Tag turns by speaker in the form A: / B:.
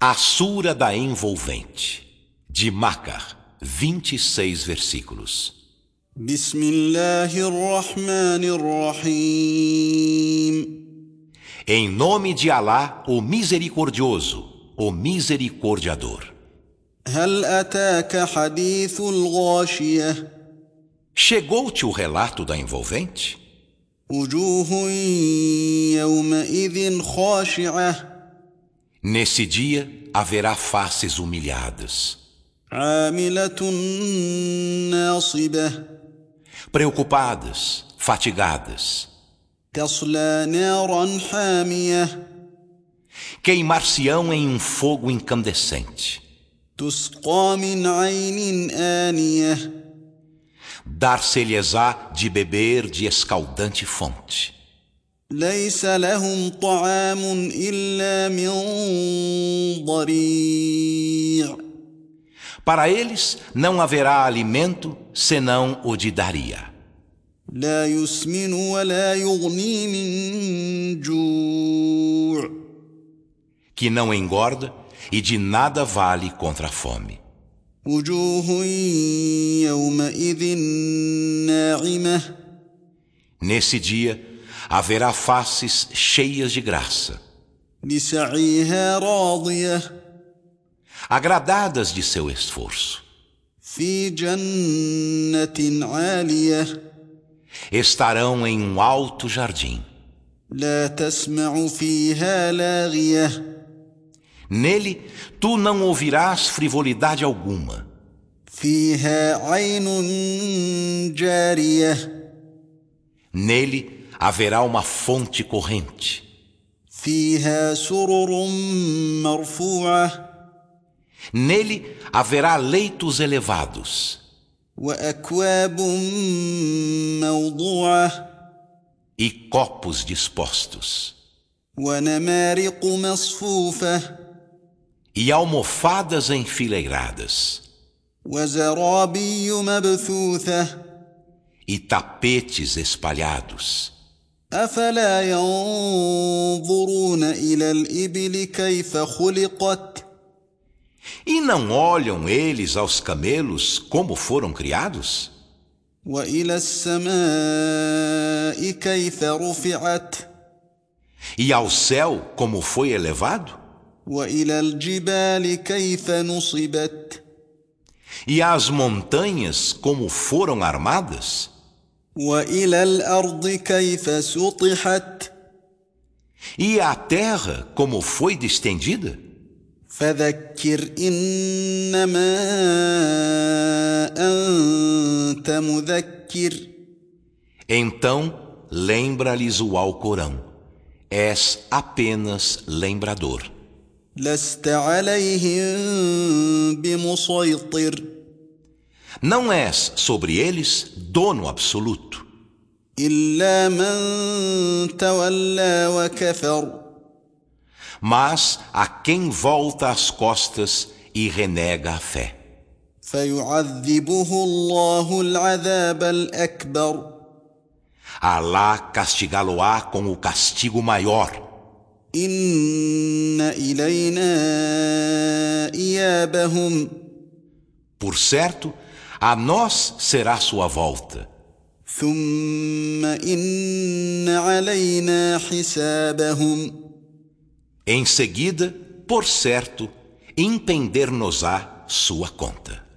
A: A Sura da Envolvente, de Macar, 26 versículos.
B: بسم الله الرحمن الرحيم
A: Em nome de Alá, o Misericordioso, o Misericordiador.
B: هل أتاك حديث الغاشية
A: Chegou-te o relato da envolvente?
B: وجوه يومئذ خاشعة
A: Nesse dia haverá faces humilhadas,
B: عاملة ناصبة
A: preocupadas, fatigadas.
B: تصلى نارا حامية
A: Queimar-se-ão em um fogo incandescente.
B: تسقى من عين آنية
A: Dar-se-lhes-á de beber de escaldante fonte.
B: ليس لهم طعام إلا من ضريع
A: Para eles não haverá alimento senão o de Daria.
B: لا يسمن ولا يغني من جوع
A: que não engorda e de nada vale contra a fome.
B: وجوه يومئذ ناعمة
A: Nesse dia haverá faces cheias de graça,
B: لسعيها راضية
A: agradadas de seu esforço.
B: في جنة عالية
A: Estarão em um alto jardim.
B: لا تسمع فيها لاغية
A: Nele tu não ouvirás frivolidade alguma.
B: فيها عين جارية
A: Nele haverá uma fonte corrente.
B: فيها سرر مرفوعة
A: Nele haverá leitos elevados
B: وأكواب موضوعة
A: e copos dispostos,
B: ونمارق مصفوفة
A: e almofadas enfileiradas,
B: وزرابي مبثوثة
A: e tapetes espalhados.
B: أفلا ينظرون إلى الإبل كيف خلقت
A: E não olham eles aos camelos como foram criados?
B: وإلى السماء كيف رفعت
A: E ao céu como foi elevado?
B: وإلى الجبال كيف نصبت
A: E às montanhas como foram armadas?
B: وإلى الأرض كيف سطحت
A: E à terra como foi distendida?
B: فذكر إنما أنت مذكر
A: Então lembra-lhes o Alcorão: és apenas lembrador.
B: لست عليهم بمسيطر
A: Não és sobre eles dono absoluto,
B: إلا من تولى وكفر
A: mas a quem volta as costas e renega a fé.
B: فيعذبه الله العذاب الأكبر
A: Alá castigá-lo-á com o castigo maior.
B: إن إلينا إيابهم
A: Por certo, a nós será sua volta.
B: ثم إن علينا حسابهم
A: Em seguida, por certo, impender-nos-á sua conta.